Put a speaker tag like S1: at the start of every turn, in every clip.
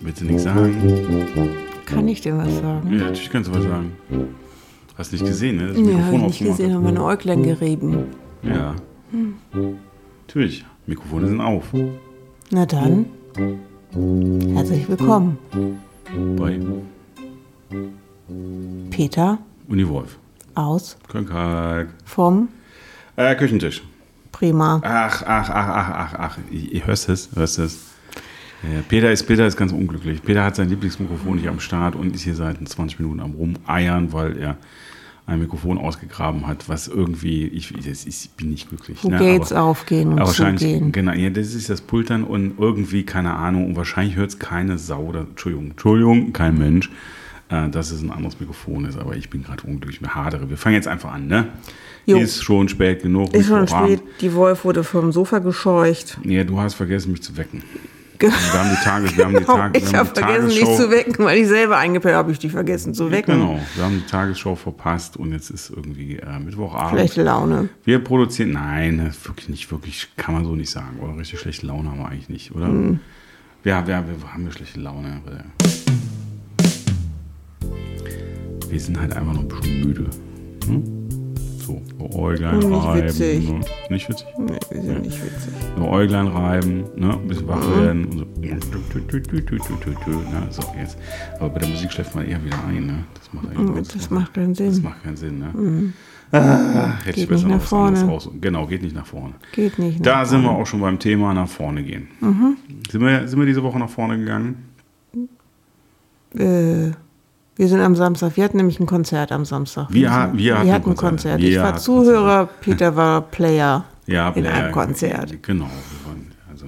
S1: Willst du nichts sagen?
S2: Kann ich dir was sagen?
S1: Ja, natürlich kannst du was sagen. Hast nicht gesehen, ne? Das ne?
S2: Ja, habe ich nicht
S1: aufgemacht
S2: gesehen,
S1: hat.
S2: haben meine Äuglein
S1: Hm.
S2: gerieben.
S1: Ja. Natürlich. Mikrofone sind auf.
S2: Na dann,
S1: Hm.
S2: herzlich willkommen,
S1: Bei
S2: Peter
S1: Uni Wolf.
S2: aus
S1: Kölnkalk.
S2: vom
S1: Äh, Küchentisch.
S2: Prima.
S1: Ach, ach, ach, ach, ach, ach. Ich, ich hörst es, hörst es. Äh, Peter ist, Peter ist ganz unglücklich. Peter hat sein Lieblingsmikrofon nicht am Start und ist hier seit 20 Minuten am Rumeiern, weil er ein Mikrofon ausgegraben hat, was irgendwie, ich, ich, ich bin nicht glücklich.
S2: Wo
S1: ne,
S2: Gates
S1: aber-
S2: aufgehen und
S1: Aber wahrscheinlich,
S2: zugehen.
S1: genau, ja, das ist das Pultern und irgendwie, keine Ahnung, und wahrscheinlich hört es keine Sau, oder, Entschuldigung, Entschuldigung, kein Mensch, äh, dass es ein anderes Mikrofon ist, aber ich bin gerade unglücklich, wir hadere. Wir fangen jetzt einfach an, ne?
S2: Jo.
S1: Ist schon spät genug.
S2: Ist schon
S1: Mittwochabend.
S2: spät, die Wolf wurde vom Sofa gescheucht.
S1: Ja, du hast vergessen, mich zu wecken.
S2: Ge-
S1: Wir haben die Tages, wir haben die
S2: Genau,
S1: Tage,
S2: ich
S1: wir haben
S2: habe
S1: die
S2: vergessen, dich
S1: Tagesshow-
S2: zu wecken, weil ich selber eingepellt habe, ich dich vergessen zu wecken.
S1: Genau, wir haben die Tagesschau verpasst und jetzt ist irgendwie äh, Mittwochabend.
S2: Schlechte Laune.
S1: Wir produzieren, nein, das ist wirklich nicht, wirklich, kann man so nicht sagen. Oder richtig schlechte Laune haben wir eigentlich nicht, oder?
S2: Hm.
S1: Ja, wir, wir haben ja schlechte Laune. aber ja. Wir sind halt einfach noch ein bisschen müde. Hm? So, so Äuglein
S2: Hm, Nicht
S1: reiben.
S2: witzig.
S1: ne? Nicht witzig?
S2: Nee, wir sind nicht witzig.
S1: so Äuglein reiben, ne, ein bisschen wach
S2: Mhm.
S1: werden und so. Na, so, jetzt. Aber bei der Musik schläft man eher wieder ein, ne? Das macht eigentlich
S2: Mhm, Das macht keinen
S1: das
S2: Sinn. Mhm.
S1: macht keinen Sinn, ne? Ah, hätte ich
S2: Geht
S1: besser
S2: nicht
S1: noch
S2: nach
S1: was anderes
S2: vorne.
S1: raus. Genau, geht nicht nach vorne.
S2: Geht nicht.
S1: Da
S2: ne?
S1: sind wir auch schon beim Thema nach vorne gehen.
S2: Mhm.
S1: Sind, wir, sind wir diese Woche nach vorne gegangen?
S2: Äh, wir sind am Samstag. Wir hatten nämlich ein Konzert am Samstag.
S1: Wir ha- wir hatten
S2: hatten ein
S1: Konzerte.
S2: Konzert.
S1: Wir
S2: ich war
S1: hatten
S2: Zuhörer, Peter war Player.
S1: Ja,
S2: in
S1: Blair-
S2: einem Konzert.
S1: Genau, wir waren also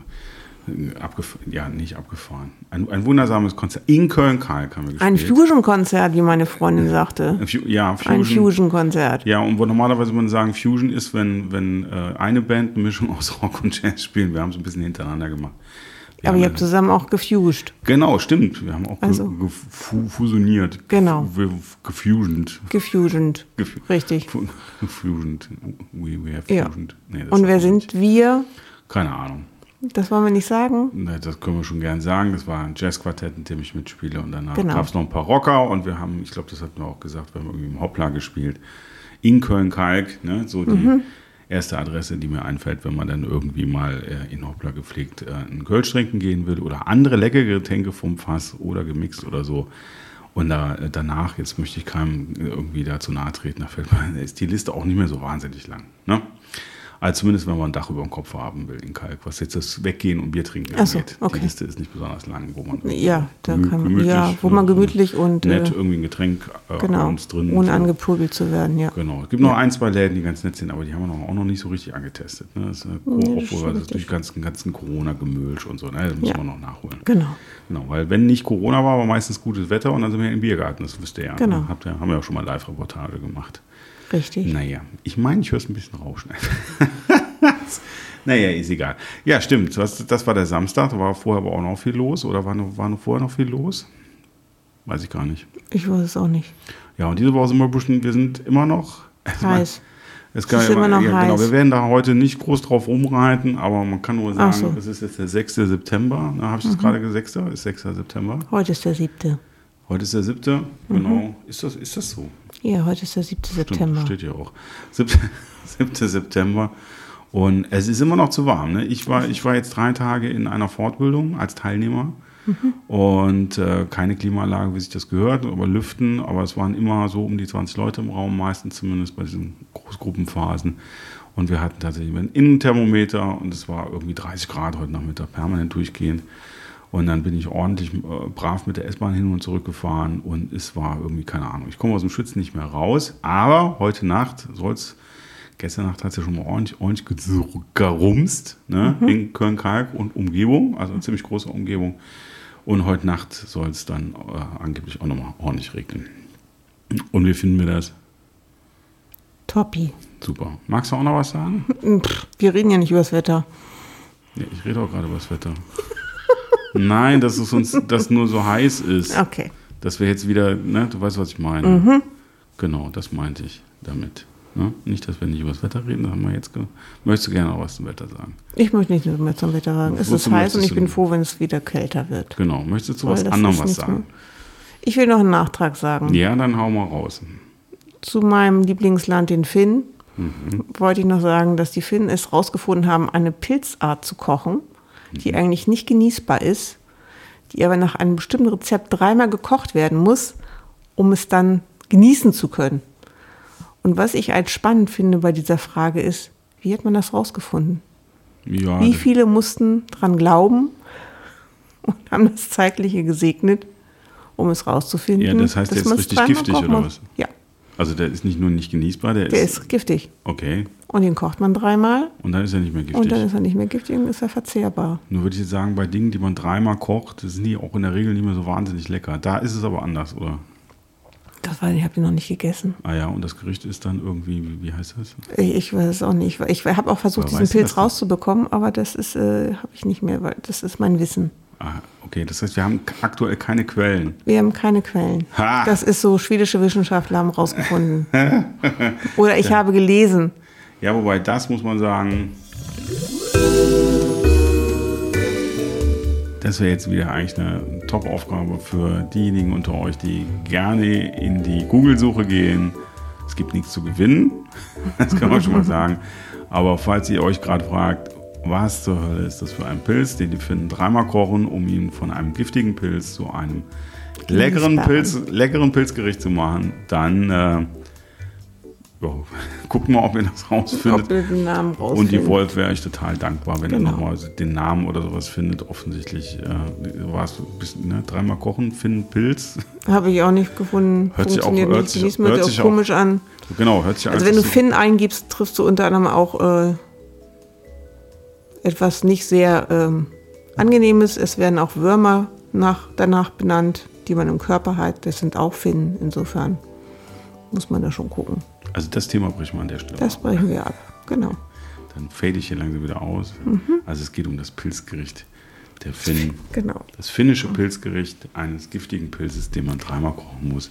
S1: äh, abgef ja, nicht abgefahren. Ein, ein wundersames Konzert. In Köln-Karl haben wir gespielt.
S2: Ein Fusion-Konzert, wie meine Freundin sagte.
S1: Ein Fu- ja,
S2: Ein Fusion-Konzert.
S1: Ja, und wo normalerweise man sagen, Fusion ist, wenn, wenn äh, eine Band eine Mischung aus Rock und Jazz spielen. Wir haben es ein bisschen hintereinander gemacht. Wir
S2: Aber
S1: haben
S2: ihr habt
S1: ja-
S2: zusammen auch gefused.
S1: genau, stimmt. Wir haben auch ge-
S2: Also.
S1: ge- fu- fusioniert.
S2: Genau.
S1: Wir- Gefusioned.
S2: Gefusioned.
S1: Gef-
S2: Richtig.
S1: Fu- Fusioned. We, we have
S2: Ja.
S1: fusioned. Nee, das
S2: Und wer
S1: ist-
S2: sind wir?
S1: Keine Ahnung.
S2: Das wollen wir nicht sagen.
S1: Na, Ne, Das können wir schon gern sagen. Das war ein Jazzquartett, in dem ich mitspiele. Und danach
S2: Genau.
S1: gab es noch ein paar Rocker. Und wir haben, ich glaube, das hatten wir auch gesagt, wir haben irgendwie im Hoppla gespielt. In Köln-Kalk. Ne? So die erste Adresse, die mir einfällt, wenn man dann irgendwie mal äh, in Hoppla gepflegt äh, einen Kölsch trinken gehen will. Oder andere leckere Getränke vom Fass oder gemixt oder so. Und da, äh, danach, jetzt möchte ich keinem äh, irgendwie da zu nahe treten, da fällt mir, ist die Liste auch nicht mehr so wahnsinnig lang. Ne? Also zumindest, wenn man ein Dach über dem Kopf haben will in Kalk, was jetzt das Weggehen und Bier trinken
S2: Ach so,
S1: angeht.
S2: okay.
S1: Die Liste ist nicht besonders lang, wo man
S2: Ja, da
S1: gemü-
S2: kann man, ja,
S1: gemütlich
S2: wo man
S1: und
S2: gemütlich und
S1: nett
S2: äh,
S1: irgendwie ein Getränk äh,
S2: genau,
S1: abends drin.
S2: ohne
S1: so.
S2: angepöbelt zu werden, ja.
S1: Genau. Es gibt noch ein, zwei Läden, die ganz nett sind, aber die haben wir noch, auch noch nicht so richtig angetestet. Ne? Das ist, äh,
S2: das
S1: obwohl
S2: ist schon
S1: das ist
S2: richtig.
S1: durch ganzen, ganzen Corona-Gemülsch und so. Ne? Das müssen
S2: Ja.
S1: wir noch nachholen.
S2: Genau.
S1: Genau, weil wenn nicht Corona war, war meistens gutes Wetter und dann sind wir im Biergarten, das wisst ihr ja. ne?
S2: Genau.
S1: Habt ihr, haben wir ja schon mal Live-Reportage gemacht.
S2: Richtig.
S1: Naja, ich meine, ich höre es ein bisschen rauschen. naja, ist egal. Ja, stimmt, das, das war der Samstag, da war vorher aber auch noch viel los oder war noch, war noch vorher noch viel los? Weiß ich gar nicht.
S2: Ich weiß es auch nicht.
S1: Ja, und diese Woche sind wir, ein bisschen- wir sind immer noch...
S2: Heiß.
S1: Es kann
S2: ist
S1: ja
S2: immer noch
S1: ja, Genau,
S2: heiß.
S1: wir werden da heute nicht groß drauf rumreiten, aber man kann nur sagen,
S2: Ach so. Mhm.
S1: es ist jetzt der 6. September. Da habe ich das gerade gesagt, 6. ist 6. September.
S2: Heute ist der siebte.
S1: Heute ist der siebte,
S2: Mhm.
S1: genau. Ist das, ist das so?
S2: Ja, heute ist der siebte
S1: Stimmt,
S2: September.
S1: steht ja auch. Siebte, siebte September. Und es ist immer noch zu warm. Ne? Ich, war, ich war jetzt drei Tage in einer Fortbildung als Teilnehmer. Und äh, keine Klimaanlage, wie sich das gehört, aber Lüften. Aber es waren immer so um die 20 Leute im Raum, meistens zumindest bei diesen Großgruppenphasen. Und wir hatten tatsächlich einen Innenthermometer und es war irgendwie 30 Grad heute Nachmittag permanent durchgehend. Und dann bin ich ordentlich äh, brav mit der S-Bahn hin und zurück gefahren und es war irgendwie keine Ahnung. Ich komme aus dem Schützen nicht mehr raus, aber heute Nacht soll es, gestern Nacht hat es ja schon mal ordentlich, ordentlich gezer- gerumst ne? in Köln-Kalk und Umgebung, also eine ziemlich große Umgebung. Und heute Nacht soll es dann äh, angeblich auch nochmal ordentlich regnen. Und wie finden wir das?
S2: Toppi. Hm,
S1: Super. Magst du auch noch was sagen?
S2: Pff, wir reden ja nicht übers Wetter.
S1: Ja, ich rede auch gerade über das Wetter. Nein, dass es uns das nur so heiß ist.
S2: Okay.
S1: Dass wir jetzt wieder, ne, du weißt, was ich meine.
S2: Mhm.
S1: Genau, das meinte ich damit. Ne? Nicht, dass wir nicht über das Wetter reden, das haben wir jetzt. Ge Möchtest du gerne auch was zum Wetter sagen?
S2: Ich möchte nicht mehr zum Wetter sagen. Es ist
S1: Wozu
S2: heiß und
S1: möchtest
S2: ich
S1: du
S2: bin
S1: denn?
S2: froh, wenn es wieder kälter wird.
S1: Genau, möchtest du zu
S2: Weil
S1: was
S2: das
S1: anderem
S2: ist
S1: was
S2: nicht
S1: sagen?
S2: Ich will noch einen Nachtrag sagen.
S1: Ja, dann hau mal raus.
S2: Zu meinem Lieblingsland, den Finn, wollte ich noch sagen, dass die Finnen es rausgefunden haben, eine Pilzart zu kochen, die eigentlich nicht genießbar ist, die aber nach einem bestimmten Rezept dreimal gekocht werden muss, um es dann genießen zu können. Und was ich als spannend finde bei dieser Frage ist, wie hat man das rausgefunden?
S1: Ja,
S2: Wie viele mussten dran glauben und haben das Zeitliche gesegnet, um es rauszufinden?
S1: Ja, das heißt, der
S2: dass
S1: ist
S2: man's
S1: richtig
S2: dreimal
S1: giftig,
S2: kochen
S1: oder was?
S2: muss? Ja,
S1: also der ist nicht nur nicht genießbar, der,
S2: der
S1: ist,
S2: ist giftig.
S1: Okay,
S2: Und den kocht man dreimal
S1: und dann ist er nicht mehr giftig.
S2: und dann ist er nicht mehr giftig und ist er verzehrbar.
S1: Nur würde ich jetzt sagen, bei Dingen, die man dreimal kocht, das sind die auch in der Regel nicht mehr so wahnsinnig lecker. Da ist es aber anders, oder?
S2: Das weiß ich, habe ich noch nicht gegessen.
S1: Ah ja, und das Gericht ist dann irgendwie, wie, wie heißt das?
S2: Ich, ich weiß es auch nicht. Ich habe auch versucht,
S1: Aber
S2: diesen
S1: weißt du
S2: Pilz
S1: das denn?
S2: rauszubekommen, aber das ist, äh, habe ich nicht mehr, weil das ist mein Wissen.
S1: Ah, okay, das heißt, wir haben k- aktuell keine Quellen.
S2: Wir haben keine Quellen.
S1: Ha!
S2: Das ist so, schwedische Wissenschaftler haben rausgefunden. Oder ich habe gelesen.
S1: Ja, wobei das muss man sagen, das wäre jetzt wieder eigentlich eine Top-Aufgabe für diejenigen unter euch, die gerne in die Google-Suche gehen. Es gibt nichts zu gewinnen, das kann man schon mal sagen. Aber falls ihr euch gerade fragt, was zur Hölle ist das für ein Pilz, den die finden, dreimal kochen, um ihn von einem giftigen Pilz zu einem leckeren,
S2: Genießbaren.
S1: Pilz, leckeren Pilzgericht zu machen, dann äh, ja, guckt mal, ob ihr das
S2: Ob
S1: rausfindet.
S2: wir den Namen rausfinden.
S1: Und die Wolf wäre ich total dankbar, wenn
S2: Genau.
S1: ihr nochmal den Namen oder sowas findet. Offensichtlich äh, war es so ein bisschen, ne, dreimal kochen, finden Pilz.
S2: Habe ich auch nicht gefunden.
S1: Hört sich auch-
S2: Funktioniert
S1: hört
S2: nicht.
S1: sich-
S2: Genießen hört
S1: hört
S2: sich
S1: sich
S2: auch
S1: auch-
S2: komisch an.
S1: Genau, hört sich
S2: Also
S1: einfach
S2: wenn du
S1: so-
S2: Finn eingibst, triffst du unter anderem auch äh, etwas nicht sehr ähm, angenehmes. Es werden auch Würmer nach, danach benannt, die man im Körper hat. Das sind auch Finnen. Insofern muss man da schon gucken.
S1: Also das Thema bricht man an der Stelle.
S2: Das brechen wir ab. Genau.
S1: Dann fade ich hier langsam wieder aus.
S2: Mhm.
S1: Also es geht um das Pilzgericht der Finnen.
S2: Genau.
S1: Das finnische Pilzgericht eines giftigen Pilzes, den man dreimal kochen muss,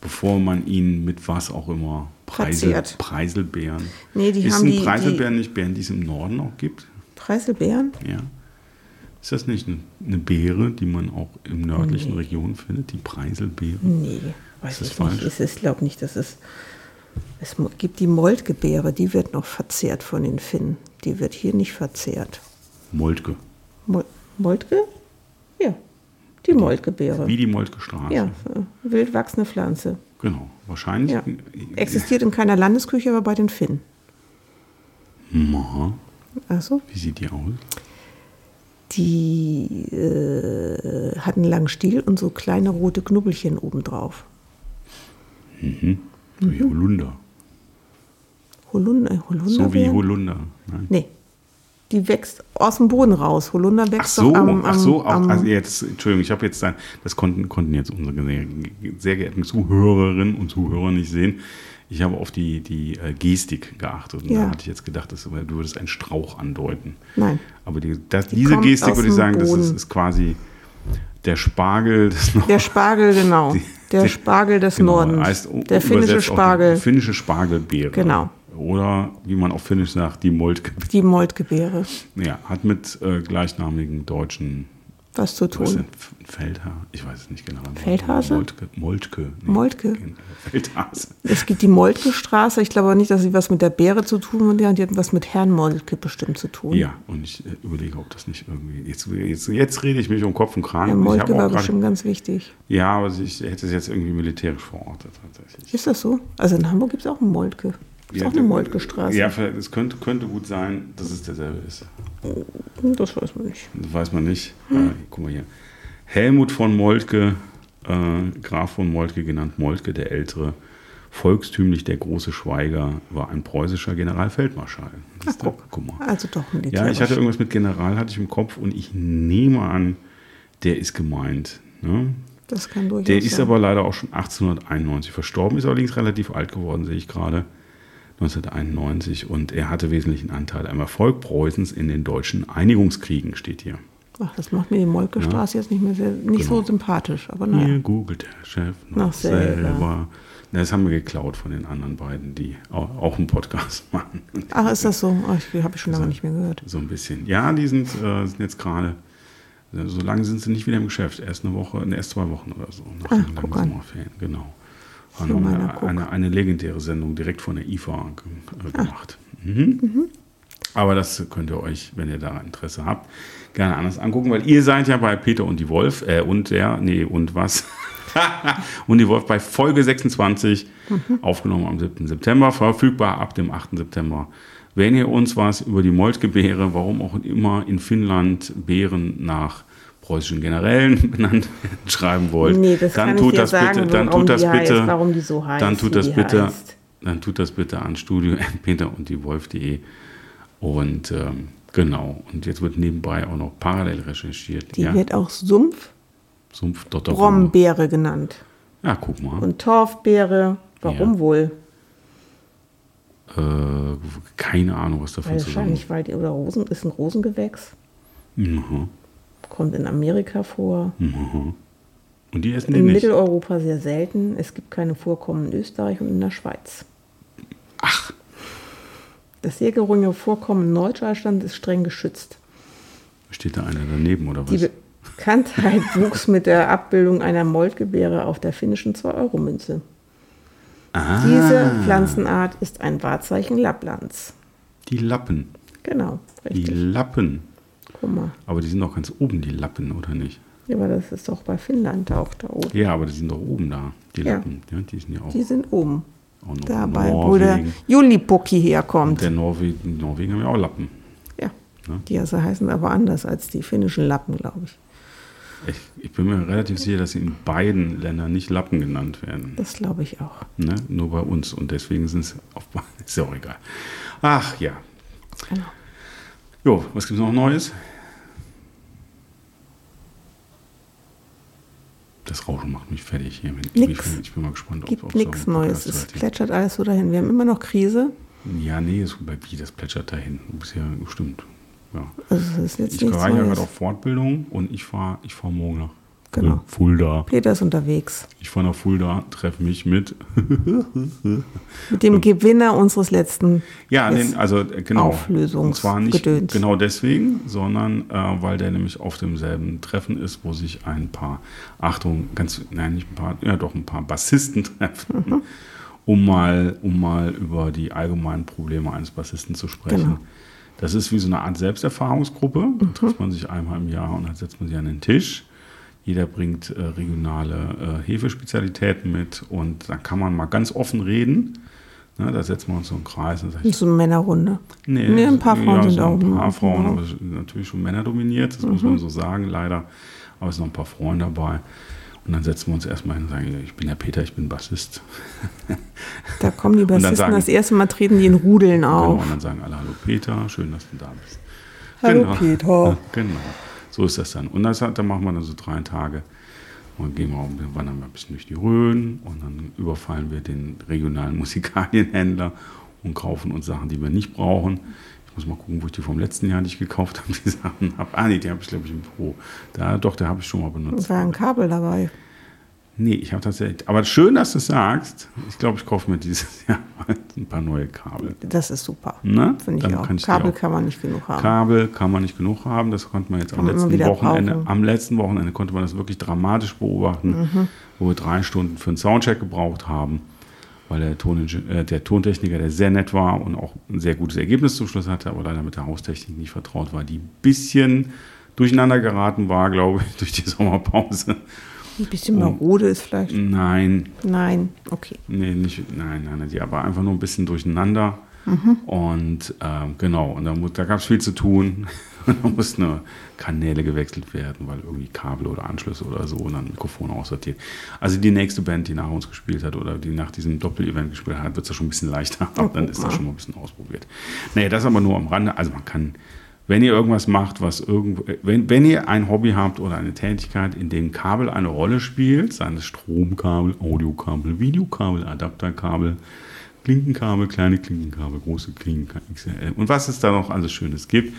S1: bevor man ihn mit was auch immer Preisel,
S2: Verziert.
S1: Preiselbeeren.
S2: Nee, die
S1: ist
S2: haben
S1: ein
S2: die- die-
S1: Preiselbeeren nicht Beeren, die es im Norden auch gibt?
S2: Preiselbeeren?
S1: Ja. Ist das nicht eine, eine Beere, die man auch im nördlichen Regionen findet, die Preiselbeere?
S2: Nee, weiß
S1: Ist das
S2: ich
S1: falsch?
S2: nicht. Es ist, glaube nicht, dass es. Es mo- gibt die Moltgebäre, die wird noch verzehrt von den Finnen. Die wird hier nicht verzehrt.
S1: Moltke.
S2: Mol Moltke? Ja, die Moltgebeere.
S1: Wie die Moltke-Straße.
S2: Ja, äh, wild wachsende Pflanze.
S1: Genau. Wahrscheinlich.
S2: Ja. Existiert in keiner Landesküche, aber bei den Finnen.
S1: Ma,
S2: Also,
S1: wie sieht die aus?
S2: die äh, hat einen langen Stiel und so kleine rote Knubbelchen obendrauf. Mhm.
S1: So wie Holunder.
S2: Holunder, Holunder
S1: So wie Holunder. ne? Nein.
S2: Nee, die wächst aus dem Boden raus. Holunder
S1: Ach
S2: wächst
S1: so,
S2: doch am, am,
S1: ach so, auch,
S2: am
S1: also jetzt, Entschuldigung, ich habe jetzt dann, das konnten, konnten jetzt unsere sehr, sehr geehrten Zuhörerinnen und Zuhörer nicht sehen. Ich habe auf die, die äh, Gestik geachtet und da
S2: Ja.
S1: hatte ich jetzt gedacht, dass, du würdest einen Strauch andeuten.
S2: Nein.
S1: Aber die, das, diese
S2: kommt
S1: Gestik
S2: aus
S1: würde ich
S2: dem
S1: sagen, das ist,
S2: Boden.
S1: ist quasi der Spargel des Nordens.
S2: der Spargel, genau.
S1: Die-
S2: Der
S1: die- genau,
S2: Spargel des Nordens.
S1: heißt u-
S2: der finnische
S1: übersetzt auch die
S2: Spargel,
S1: Finnische Spargelbeere.
S2: Genau.
S1: Oder wie man auf Finnisch sagt, die Moltgebeere.
S2: die Moltgebeere.
S1: Ja, hat mit äh, gleichnamigen deutschen
S2: Was zu
S1: was ist denn?
S2: tun.
S1: F- Feldha, ich weiß es nicht genau.
S2: Feldhase?
S1: Moltke. Moltke. nee.
S2: Moltke.
S1: Feldhase.
S2: Es gibt die Moltke-Straße. Ich glaube aber nicht, dass sie was mit der Beere zu tun hat. Die hat was mit Herrn Moltke bestimmt zu tun.
S1: Ja, und ich äh, überlege, ob das nicht irgendwie. Jetzt, jetzt, jetzt rede ich mich um Kopf und Kragen.
S2: Herr
S1: Ich
S2: Moltke
S1: habe auch
S2: war
S1: gerade-
S2: bestimmt ganz wichtig.
S1: ja, aber ich hätte es jetzt irgendwie militärisch verortet. Tatsächlich.
S2: Ist das so? Also in Hamburg gibt es auch einen Moltke. Gibt auch eine Moltke-Straße.
S1: Ja, vielleicht- es könnte, könnte gut sein, dass es derselbe ist.
S2: Hm, Das weiß man nicht.
S1: Das weiß man nicht. Äh, guck mal hier. Helmut von Moltke, äh, Graf von Moltke, genannt Moltke der Ältere, volkstümlich der große Schweiger, war ein preußischer Generalfeldmarschall.
S2: Na,
S1: Siehst du?
S2: guck.
S1: mal.
S2: Also doch militärisch.
S1: Ja, ich hatte irgendwas mit General, hatte ich im Kopf und ich nehme an, der ist gemeint. Ne?
S2: das kann durchaus
S1: Der ist
S2: sein.
S1: aber leider auch schon 1891 verstorben, ist allerdings relativ alt geworden, sehe ich gerade. 1991 und er hatte wesentlichen Anteil am Erfolg Preußens in den deutschen Einigungskriegen, steht hier.
S2: Ach, das macht mir die Molke Straße jetzt nicht mehr sehr, nicht
S1: Genau.
S2: so sympathisch, aber
S1: Mir
S2: naja.
S1: googelt der Chef noch,
S2: Noch selber.
S1: selber. Na, Das haben wir geklaut von den anderen beiden, die auch, auch einen Podcast machen.
S2: Ach, ist das so? Ach, ich habe ich schon lange nicht mehr gehört.
S1: So ein bisschen. Ja, die sind, äh, sind jetzt gerade, äh, so lange sind sie nicht wieder im Geschäft. Erst eine Woche, ne, erst zwei Wochen oder so. Nach
S2: Ah,
S1: den langen
S2: guck an.
S1: Sommerferien, genau. Haben
S2: Schon
S1: noch
S2: mal
S1: eine,
S2: nachgucken.
S1: eine, eine legendäre Sendung direkt von der IFA ge- äh, gemacht. Mhm. Aber das könnt ihr euch, wenn ihr da Interesse habt, gerne anders angucken, weil ihr seid ja bei Peter und die Wolf, äh, und der, nee, und was? und die Wolf bei Folge 26, aufgenommen am 7. September, verfügbar ab dem 8. September. Wenn ihr uns was über die Moltke-Beere, warum auch immer in Finnland Beeren nach preußischen Generälen benannt werden, schreiben wollt,
S2: Nee, das
S1: dann
S2: kann
S1: tut
S2: ich dir
S1: das bitte,
S2: sagen,
S1: dann
S2: warum
S1: tut das
S2: die
S1: bitte,
S2: heißt, warum die so heißt,
S1: dann tut
S2: wie
S1: das
S2: die
S1: bitte,
S2: heißt.
S1: dann tut das bitte an Studio Peter und die Wolf.de und ähm, genau. Und jetzt wird nebenbei auch noch parallel recherchiert.
S2: Die
S1: ja,
S2: wird auch Sumpfbrombeere
S1: Sumpf
S2: genannt.
S1: Ja, guck mal.
S2: Und Torfbeere, warum
S1: Ja.
S2: wohl?
S1: Äh, keine Ahnung, was davon zusammen.
S2: Wahrscheinlich, weil die, oder Rosen ist ein Rosengewächs,
S1: Mhm.
S2: kommt in Amerika vor.
S1: Mhm. Und die essen die
S2: In
S1: nicht.
S2: Mitteleuropa sehr selten. Es gibt keine Vorkommen in Österreich und in der Schweiz.
S1: Ach,
S2: Das sehr geringe Vorkommen in Norddeutschland ist streng geschützt.
S1: steht da einer daneben oder
S2: Die
S1: was?
S2: Bekanntheit wuchs mit der Abbildung einer Moltgebäre auf der finnischen 2-Euro-Münze.
S1: Ah,
S2: Diese Pflanzenart ist ein Wahrzeichen Lapplands.
S1: die Lappen.
S2: Genau,
S1: Die
S2: richtig.
S1: Lappen.
S2: Guck mal.
S1: Aber die sind doch ganz oben, die Lappen, oder nicht?
S2: Ja, aber das ist doch bei Finnland auch da oben.
S1: Ja, aber die sind doch oben da, die
S2: Ja.
S1: Lappen. Ja, die sind ja auch,
S2: Die sind oben.
S1: auch noch
S2: Dabei, wo der
S1: Norwegen.
S2: Julipucki herkommt.
S1: Der Norwegen, Norwegen haben ja auch Lappen.
S2: Ja.
S1: Ne?
S2: Die also heißen aber anders als die finnischen Lappen, glaube ich.
S1: Ich, ich bin mir relativ sicher, dass sie in beiden Ländern nicht Lappen genannt werden.
S2: Das glaube ich auch.
S1: Ne? Nur bei uns. Und deswegen sind es auf Ist ja auch egal. Ach ja.
S2: Genau.
S1: Jo, was gibt es noch Neues? Das Rauschen macht mich fertig hier. Wenn-
S2: Nix.
S1: Ich bin, ich bin mal gespannt, ob
S2: Gibt
S1: ob so ein
S2: nichts Neues.
S1: Podcast
S2: Es
S1: hört hier.
S2: plätschert alles so dahin. Wir haben immer noch Krise.
S1: Ja, nee, es bleibt wie, das plätschert dahin. Du bist ja stimmt. Ja.
S2: Also es ist jetzt
S1: Ich
S2: nichts
S1: war ja
S2: Neues.
S1: gerade auf Fortbildung und ich fahre ich fahr morgen nach
S2: Genau.
S1: Fulda.
S2: Peter ist unterwegs.
S1: Ich fahre nach Fulda, treffe mich mit.
S2: Mit dem Gewinner unseres letzten.
S1: Ja,
S2: Des
S1: den, also äh, genau.
S2: Auflösungs-
S1: Und zwar nicht
S2: Gedöns.
S1: genau deswegen, sondern äh, weil der nämlich auf demselben Treffen ist, wo sich ein paar, Achtung, ganz, nein, nicht ein paar, ja doch ein paar Bassisten treffen,
S2: Mhm.
S1: um, mal, um mal über die allgemeinen Probleme eines Bassisten zu sprechen.
S2: Genau. Mhm.
S1: Das ist wie so eine Art Selbsterfahrungsgruppe. Da trifft man sich einmal im Jahr und dann setzt man sich an den Tisch. Jeder bringt äh, regionale äh, Hefespezialitäten mit und dann kann man mal ganz offen reden. Ne, da setzen wir uns so im Kreis und sagt,
S2: Das ist eine Männerrunde.
S1: Nee,
S2: Nee, ein
S1: das-
S2: paar Frauen
S1: ja,
S2: sind
S1: so
S2: auch Mhm.
S1: Ein paar
S2: dabei.
S1: Frauen, aber es ist natürlich schon Männer dominiert, das muss man so sagen, leider. Aber es sind noch ein paar Frauen dabei. Und dann setzen wir uns erstmal hin und sagen, ich bin der Peter, ich bin Bassist.
S2: Da kommen die
S1: dann
S2: Bassisten
S1: sagen-
S2: das erste Mal treten die in Rudeln
S1: Genau,
S2: auf.
S1: und dann sagen alle, hallo Peter, schön, dass du da bist.
S2: Hallo
S1: genau.
S2: Peter.
S1: Genau, so ist das dann. Und das, hat- dann machen wir dann so drei Tage. Und dann gehen wir auch, dann wandern wir ein bisschen durch die Rhön und dann überfallen wir den regionalen Musikalienhändler und kaufen uns Sachen, die wir nicht brauchen. Ich muss mal gucken, wo ich die vom letzten Jahr nicht gekauft habe, die Sachen habe. Ah nee, die habe ich glaube ich im Büro. Da, doch, da habe ich schon mal benutzt.
S2: Es war ein Kabel dabei.
S1: Nee, ich habe tatsächlich. Aber schön, dass du es sagst. Ich glaube, ich kaufe mir dieses Jahr mal ein paar neue Kabel.
S2: Das ist super.
S1: Ne?
S2: Finde ich
S1: Dann
S2: auch.
S1: kann ich die
S2: Kabel
S1: auch-
S2: kann man nicht genug haben.
S1: Kabel kann man nicht genug haben. Das konnte man jetzt am
S2: man immer
S1: letzten
S2: wieder
S1: Wochenende,
S2: brauchen. Mhm.
S1: am letzten Wochenende konnte man das wirklich dramatisch beobachten, wo wir drei Stunden für einen Soundcheck gebraucht haben, weil der, Toningenieur- äh, der Tontechniker, der sehr nett war und auch ein sehr gutes Ergebnis zum Schluss hatte, aber leider mit der Haustechnik nicht vertraut war, die ein bisschen durcheinander geraten war, glaube ich, durch die Sommerpause.
S2: Ein bisschen
S1: Hm.
S2: marode ist vielleicht.
S1: Nein,
S2: Nein. Okay.
S1: Nee, nicht, nein, nein, nein, die aber einfach nur ein bisschen durcheinander. Und ähm, genau, und da, mu- da gab es viel zu tun. Und da mussten Kanäle gewechselt werden, weil irgendwie Kabel oder Anschlüsse oder so und dann Mikrofone aussortiert. Also die nächste Band, die nach uns gespielt hat oder die nach diesem Doppel-Event gespielt hat, wird es ja schon ein bisschen leichter.
S2: Oh,
S1: dann
S2: guck
S1: ist das
S2: mal.
S1: schon mal ein bisschen ausprobiert. Nee, das aber nur am Rande. Also man kann, wenn ihr irgendwas macht, was irgendwo, wenn, wenn ihr ein Hobby habt oder eine Tätigkeit, in dem Kabel eine Rolle spielt, seien es Stromkabel, Audiokabel, Videokabel, Adapterkabel, Klinkenkabel, kleine Klinkenkabel, große Klinkenkabel, XL. Und was es da noch alles Schönes gibt.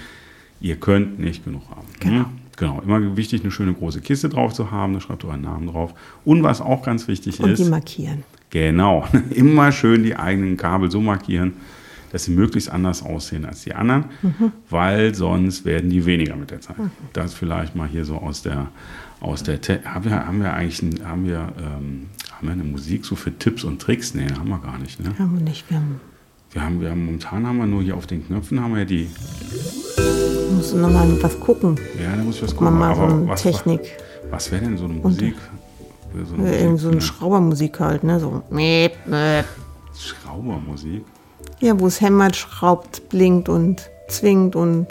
S1: Ihr könnt nicht genug haben. Genau. Genau, immer wichtig, eine schöne große Kiste drauf zu haben, da schreibt euren Namen drauf. Und was auch ganz wichtig
S2: Und
S1: ist,
S2: die markieren.
S1: Genau. Immer schön die eigenen Kabel so markieren, dass sie möglichst anders aussehen als die anderen,
S2: Mhm.
S1: weil sonst werden die weniger mit der Zeit. Das vielleicht mal hier so aus der aus der Te haben wir, haben wir eigentlich ein, haben wir ähm, haben wir eine Musik so für Tipps und Tricks? Nee, haben wir gar nicht. Ne?
S2: Haben wir nicht. Wir haben,
S1: Wir haben wir haben momentan haben wir nur hier auf den Knöpfen haben wir ja die
S2: musst du nochmal was gucken.
S1: ja da muss ich was
S2: Mal,
S1: gucken.
S2: mal so eine
S1: was
S2: Technik.
S1: was wäre denn so eine Musik? für So
S2: Äh, Irgend so
S1: für
S2: eine Schraubermusik halt, ne? So. mäp, mäp.
S1: Schraubermusik?
S2: Ja, wo es hämmert, schraubt, blinkt und zwingt und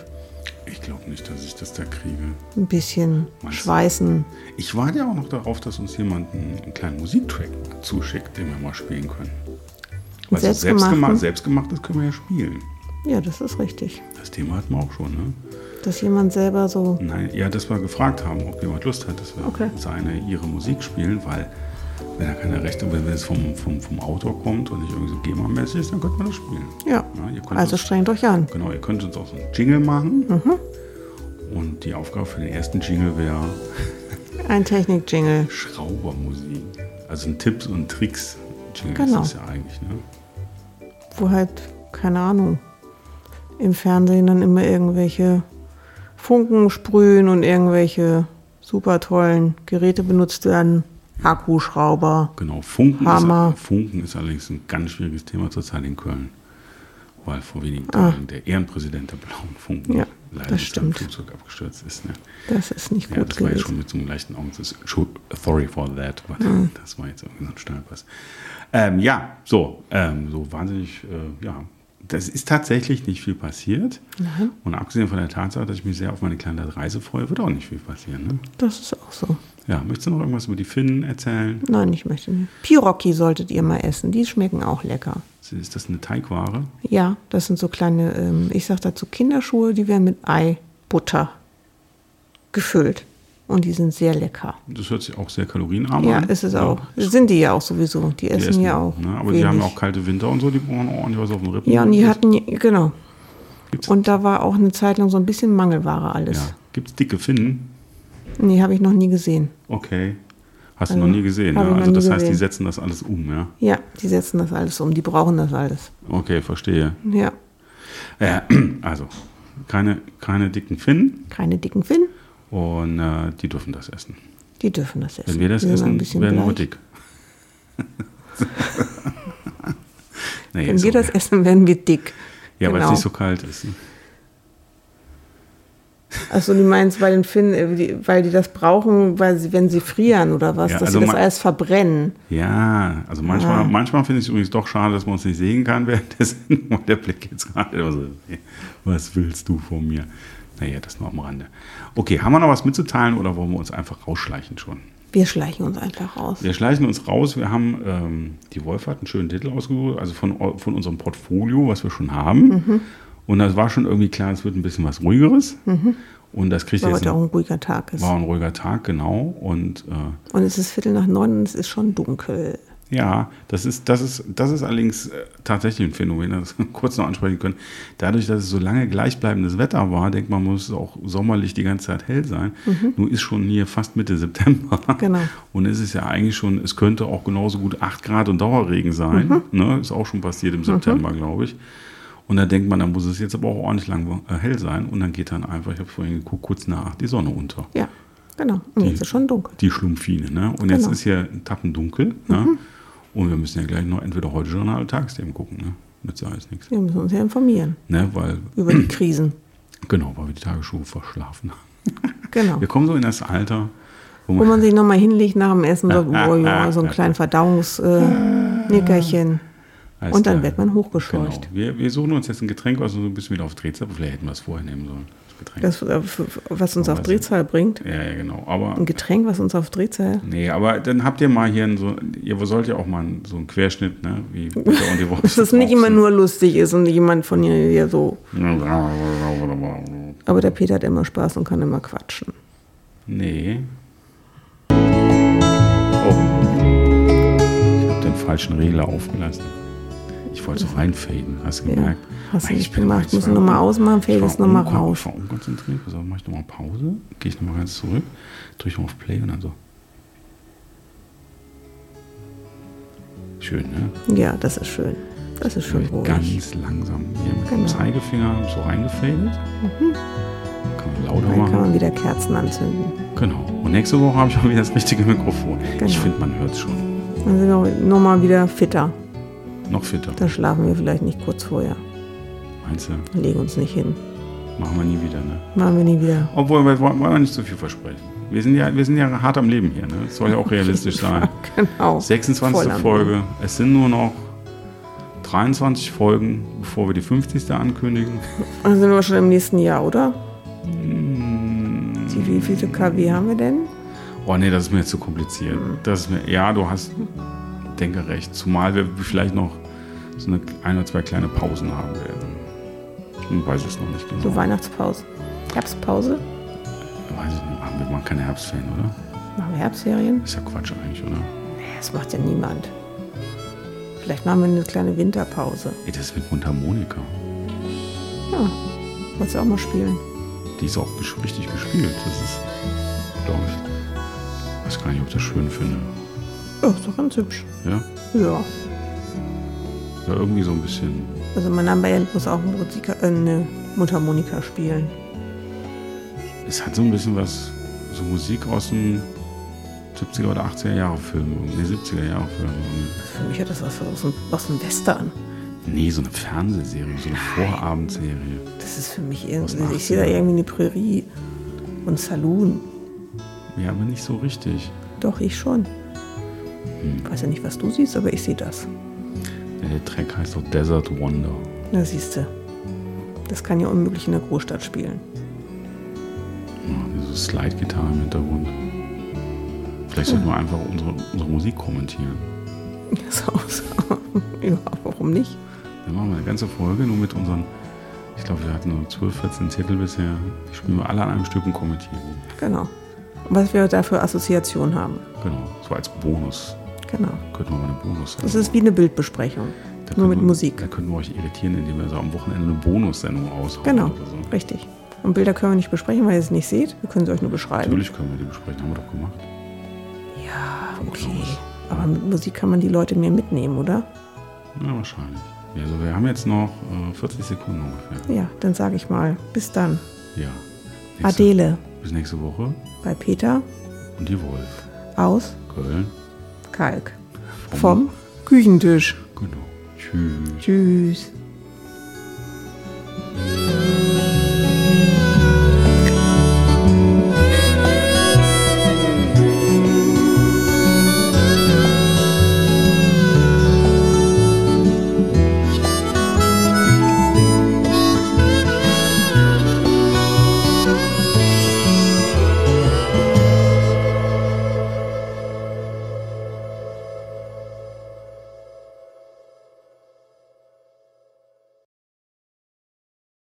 S1: Ich glaube nicht, dass ich das da kriege.
S2: ein bisschen
S1: Meinst du?
S2: schweißen.
S1: Ich warte ja auch noch darauf, dass uns jemand einen, einen kleinen Musiktrack zuschickt, den wir mal spielen können. Weil so
S2: Selbstgemachten?
S1: selbstgema- selbstgemachtes können wir ja spielen.
S2: Ja, das ist richtig.
S1: Das Thema hatten wir auch schon, ne?
S2: Dass jemand selber so.
S1: Nein, ja, dass wir gefragt haben, ob jemand Lust hat, dass wir
S2: Okay.
S1: seine, ihre Musik spielen, weil wenn da keine Rechte, wenn es vom, vom, vom Autor kommt und nicht irgendwie so GEMA-mäßig ist, dann könnte man das spielen.
S2: Ja.
S1: Ja, ihr könnt
S2: Also
S1: uns-
S2: strengt euch an.
S1: Genau, ihr könnt uns auch so einen Jingle machen.
S2: Mhm.
S1: Und die Aufgabe für den ersten Jingle wäre
S2: Ein Technik-Jingle.
S1: Schraubermusik. Also ein Tipps und Tricks Jingle
S2: Genau.
S1: ist das ja eigentlich, ne?
S2: wo halt, keine Ahnung, im Fernsehen dann immer irgendwelche Funken sprühen und irgendwelche super tollen Geräte benutzt werden. Akkuschrauber.
S1: Genau, Funken
S2: Hammer.
S1: ist, Funken ist allerdings ein ganz schwieriges Thema zurzeit in Köln. Weil vor wenigen Tagen der Ehrenpräsident der Blauen Funken
S2: Ah. Ja,
S1: leider mit
S2: das
S1: seinem
S2: stimmt.
S1: Flugzeug abgestürzt ist. Ne?
S2: Das ist nicht
S1: Ja,
S2: gut
S1: das war jetzt schon
S2: gewesen.
S1: mit so einem leichten Augen. Sorry for that, weil das war jetzt irgendwie so ein Stolpers. Ähm, ja, so, ähm, so wahnsinnig, äh, ja. Das ist tatsächlich nicht viel passiert. Und abgesehen von der Tatsache, dass ich mich sehr auf meine kleine Reise freue, wird auch nicht viel passieren. Ne?
S2: Das ist auch so.
S1: Ja, möchtest du noch irgendwas über die Finnen erzählen?
S2: Nein, ich möchte nicht. Pirocchi solltet ihr mal essen. Die schmecken auch lecker.
S1: Ist das eine Teigware?
S2: Ja, das sind so kleine, ähm, ich sag dazu Kinderschuhe, die werden mit Ei, Butter gefüllt. Und die sind sehr lecker.
S1: Das hört sich auch sehr kalorienarm
S2: Ja,
S1: an.
S2: ist es auch. Sind die ja auch sowieso. Die
S1: Die
S2: essen,
S1: essen,
S2: ja auch.
S1: Ne? Aber die haben ja
S2: wenig.
S1: auch kalte Winter und so, die brauchen ordentlich was auf den Rippen.
S2: Ja, und die hatten, genau.
S1: Gibt's-
S2: Und da war auch eine Zeit lang so ein bisschen Mangelware alles.
S1: Ja. Gibt es dicke Finnen?
S2: Nee, habe ich noch nie gesehen.
S1: Okay. Hast
S2: Also,
S1: du noch nie gesehen,
S2: hab ich
S1: ne?
S2: noch
S1: Also
S2: nie
S1: das heißt, die
S2: gesehen.
S1: setzen das alles um, ja?
S2: Ja, die setzen das alles um, die brauchen das alles.
S1: Okay, verstehe.
S2: Ja,
S1: Ja, also, keine, keine dicken Finnen
S2: keine dicken Finn,
S1: und äh, die dürfen das essen.
S2: die dürfen das essen.
S1: Wenn wir das
S2: Die sind ein
S1: essen,
S2: bisschen
S1: werden wir
S2: bleich.
S1: dick. nee,
S2: Wenn
S1: ist
S2: wir das
S1: okay.
S2: essen, werden wir dick.
S1: ja, weil es
S2: genau.
S1: nicht so kalt ist. ne?
S2: Achso, du meinst, weil, den Finn, äh, die- weil die das brauchen, weil sie, wenn sie frieren oder was,
S1: Ja,
S2: dass
S1: also
S2: sie das
S1: man-
S2: alles verbrennen.
S1: Ja, also manchmal,
S2: Ah.
S1: manchmal finde ich es übrigens doch schade, dass man uns nicht sehen kann während der Sendung. Und Der Blick jetzt gerade immer so, was willst du von mir? Naja, das nur am Rande. Okay, haben wir noch was mitzuteilen oder wollen wir uns einfach rausschleichen schon?
S2: Wir schleichen uns einfach raus.
S1: Wir schleichen uns raus. Wir haben, ähm, die Wolf hat einen schönen Titel ausgesucht, also von, eu- von unserem Portfolio, was wir schon haben.
S2: Mhm.
S1: Und das war schon irgendwie klar, es wird ein bisschen was Ruhigeres. Und das kriegt
S2: Weil
S1: jetzt
S2: Mhm. heute auch
S1: ein,
S2: ein ruhiger Tag ist.
S1: war ein ruhiger Tag, genau. Und äh,
S2: Und es ist Viertel nach neun und es ist schon dunkel.
S1: Ja, das ist, das ist, das ist allerdings äh, tatsächlich ein Phänomen, das wir kurz noch ansprechen können. Dadurch, dass es so lange gleichbleibendes Wetter war, denkt man, muss es auch sommerlich die ganze Zeit hell sein. Nur ist schon hier fast Mitte September.
S2: Genau.
S1: Und es ist ja eigentlich schon, es könnte auch genauso gut 8 Grad und Dauerregen sein. Ne? Ist auch schon passiert im September, glaube ich. Und da denkt man, dann muss es jetzt aber auch ordentlich lang äh, hell sein. Und dann geht dann einfach, ich habe vorhin geguckt, kurz nach acht die Sonne unter
S2: Ja, genau. Und jetzt ist schon dunkel.
S1: die Schlumpfine. Ne? Und jetzt
S2: Genau. Mhm.
S1: ist hier tappendunkel. Ne? Und wir müssen ja gleich noch entweder heute Journal oder Tagesthemen gucken. Ne? Nützt ja alles nichts.
S2: Wir müssen uns ja informieren
S1: Ne? Weil,
S2: über die Krisen.
S1: genau, weil wir die Tagesschule verschlafen haben.
S2: Genau.
S1: Wir kommen so in das Alter, wo
S2: Wo
S1: man,
S2: man sich nochmal hinlegt nach dem Essen, so, oh, ja, so einen kleinen Verdauungsnickerchen. Äh, Nickerchen.
S1: als
S2: Und
S1: der-
S2: dann wird man hochgescheucht.
S1: Genau. Wir, wir suchen uns jetzt ein Getränk, was uns so ein bisschen wieder auf Drehzahl, aber vielleicht hätten wir es vorher nehmen sollen. Das Getränk.
S2: Das, äh, f- f- was uns
S1: Oh,
S2: auf
S1: weiß
S2: Drehzahl bringt.
S1: ja, ja, genau. Aber
S2: Ein Getränk, was uns auf Drehzahl.
S1: nee, aber dann habt ihr mal hier einen so, ihr sollt ja auch mal einen, so einen Querschnitt, ne? Wie Peter und die Wolfs
S2: Dass es nicht
S1: drauf
S2: immer
S1: sind.
S2: nur lustig ist und jemand von ihr ja so. Aber der Peter hat immer Spaß und kann immer quatschen.
S1: Nee. Oh. Ich habe den falschen Regler aufgelassen. Ich wollte so reinfaden, hast du gemerkt?
S2: hast du
S1: Ey,
S2: nicht gemacht. Müssen
S1: war-
S2: nochmal ausmachen,
S1: ich war
S2: fadest nochmal
S1: unkon-
S2: raus.
S1: Ich war unkonzentriert, pass auf, mach ich nochmal Pause, gehe ich nochmal ganz zurück, drücke ich mal auf Play und dann so. Schön, ne?
S2: Ja, das ist schön. Das ist schön
S1: Schön
S2: ruhig.
S1: ganz langsam hier mit
S2: Genau. Mhm.
S1: dem Zeigefinger so reingefadet. Kann man lauter
S2: Dann kann
S1: machen.
S2: man wieder Kerzen anzünden.
S1: Genau. Und nächste Woche habe ich auch wieder das richtige Mikrofon. Ich
S2: Genau.
S1: finde, man hört es schon.
S2: Dann sind wir nochmal wieder fitter.
S1: Noch fitter.
S2: Da schlafen wir vielleicht nicht kurz vorher.
S1: Meinst du,
S2: Legen uns nicht hin.
S1: machen wir nie wieder, ne?
S2: Machen wir nie wieder.
S1: Obwohl, wir wollen wollen wir nicht zu viel versprechen. Wir sind ja, wir sind ja hart am Leben hier, ne? Es soll ja auch realistisch sein.
S2: Genau.
S1: 26.
S2: Voll am-
S1: Folge. Es sind nur noch 23 Folgen, bevor wir die 50. ankündigen.
S2: Und dann sind wir schon im nächsten Jahr, oder?
S1: Hm.
S2: Die, wie viele KW haben wir denn?
S1: Oh nee, das ist mir jetzt zu kompliziert. Das ist mir, ja, du hast, denke recht. Zumal wir vielleicht noch so eine, ein oder zwei kleine Pausen haben werden. Ich weiß es noch nicht genau.
S2: So Weihnachtspause. Herbstpause?
S1: Weiß ich nicht. Haben wir machen keine Herbstferien, oder?
S2: Machen wir Herbstferien?
S1: Ist ja Quatsch eigentlich, oder?
S2: Das macht ja niemand. Vielleicht machen wir eine kleine Winterpause.
S1: Ey, das mit Mundharmonika.
S2: Ja, wolltest du auch mal spielen?
S1: Die ist auch gesch- richtig gespielt. Das ist, glaube ich, weiß gar nicht, ob ich das schön finde.
S2: Ja, ist doch ganz hübsch.
S1: Ja?
S2: Ja.
S1: Ja, irgendwie so ein bisschen.
S2: Also mein Nachbar muss auch Musiker, äh, eine Mundharmonika spielen.
S1: Es hat so ein bisschen was, so Musik aus dem 70er oder 80er Jahre Film, irgendwie, nee, 70er Jahre Film. irgendwie.
S2: Für mich hat das was aus dem, aus dem Western.
S1: Nee, so eine Fernsehserie, so eine Vorabendserie.
S2: Das ist für mich
S1: Aus
S2: irgendwie,
S1: den
S2: ich sehe da
S1: 80ern.
S2: irgendwie eine Prärie und Saloon.
S1: Ja, aber nicht so richtig.
S2: Doch, ich schon. Weiß ja nicht, was du siehst, aber ich sehe das.
S1: Ja, der Track heißt doch Desert Wonder.
S2: Na, siehst du. Das kann ja unmöglich in der Großstadt spielen.
S1: Ja, so Slide-Gitarre im Hintergrund. Vielleicht sollten
S2: Hm.
S1: wir einfach unsere, unsere Musik kommentieren.
S2: So, so. ja, warum nicht?
S1: Dann machen wir eine ganze Folge nur mit unseren, ich glaube, wir hatten nur 12, 14 Titel bisher. Die spielen wir alle an einem Stück und kommentieren. die.
S2: Genau. Was wir da für Assoziationen haben.
S1: Genau, so als Bonus.
S2: Genau.
S1: Könnten wir mal eine Bonus
S2: Das ist wie eine Bildbesprechung.
S1: Da können
S2: Nur mit
S1: wir, Da
S2: Musik.
S1: können wir euch irritieren, indem wir so am Wochenende eine Bonussendung raushauen.
S2: Genau,
S1: Oder so.
S2: richtig. Und Bilder können wir nicht besprechen, weil ihr es nicht seht. Wir können sie euch nur beschreiben.
S1: Natürlich können wir die besprechen, haben wir doch gemacht.
S2: Ah, okay. Aber mit Musik kann man die Leute mehr mitnehmen, oder?
S1: Ja, wahrscheinlich. Ja, Also wir haben jetzt noch äh, 40 Sekunden ungefähr.
S2: Ja, dann sage ich mal, bis dann.
S1: Ja. Nächste,
S2: Adele
S1: Bis nächste Woche.
S2: bei Peter
S1: Und die Wolf.
S2: aus
S1: Köln.
S2: Kalk. Vom Küchentisch.
S1: Genau. Tschüss.
S2: Tschüss.